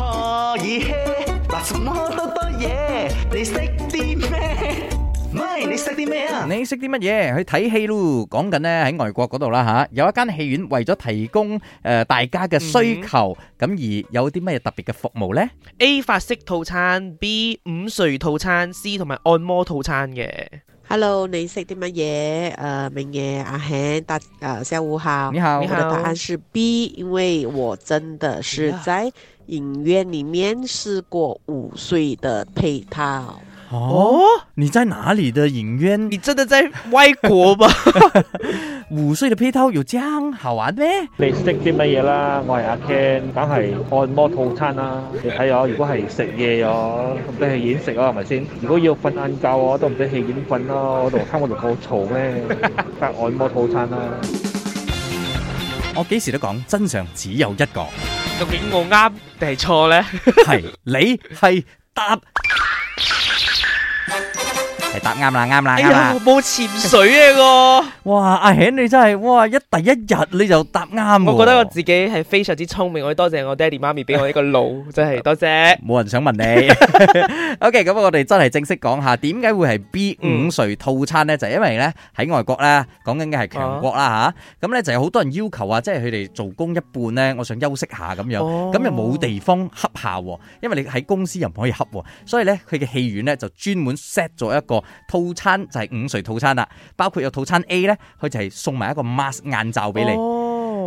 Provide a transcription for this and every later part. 多嘢？嗱，什麼多多嘢？你識啲咩？咪你識啲咩啊？你識啲乜嘢？去睇戲咯。講緊咧喺外國嗰度啦吓，有一間戲院為咗提供誒、呃大家嘅需求，咁、而有啲乜嘢特別嘅服務呢？ A 法式套餐、B 午睡套餐、C 同埋按摩套餐嘅。 Hello，你識啲乜嘢？呃，明爺阿恒，大呃下午好。你好我你的好答案是 B，因为我真的哎是呀在影院里面试过午睡的配套。哦，你在哪里的影院你？真的在外国吧？午睡的配套有這樣好玩咩？你識啲乜嘢啦？我係阿 Ken，梗係按摩套餐啦。你睇我，如果係食嘢咗，唔俾戲院食咯，係咪先？如果要瞓晏覺我都唔俾戲院瞓咯。我度坑我度好嘈咩？得按摩套餐啦。我幾時都講真相只有一個， 究竟我啱定係錯呢？ 係你係答係答啱啦，啱啦，哎啱呀，啦我。冇潛水啊我！ 哇，阿顯你真係哇，一第一日你就答啱喎我覺得我自己係非常之聰明，我要多謝我爹哋媽咪俾我呢個 腦，真係多謝。冇人想問 你。OK，咁我哋真係正式講下點解會係 B 嗯午睡套餐呢？就係因為呢，喺外國啦，講緊嘅係強國哦啦吓，咁呢就有好多人要求啊，即係佢哋做工一半呢，我想休息下咁樣，哦咁又冇地方恰下喎，因為你喺公司又唔可以恰喎，所以呢，佢嘅戲院呢就專門 set 咗一個套餐就係午睡套餐啦，包括有套餐 A 呢，佢就係送埋一個 mask 眼罩俾你。哦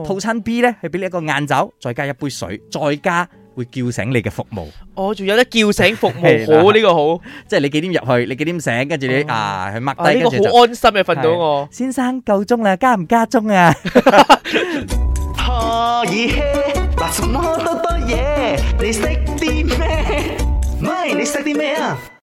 套餐 B 呢，佢俾你一個眼罩，再加一杯水，再加會叫醒你嘅服務。我哦仲有得叫醒服務，係啦好呢個好，即係你幾點入去，你幾點醒，跟住你哦啊去 mark 啊低，呢跟個住就好安心嘅瞓到我。先生夠鐘啦，加唔加鐘啊？多嘢？嗱，什麼多多嘢？你識啲咩？咪你識啲咩啊？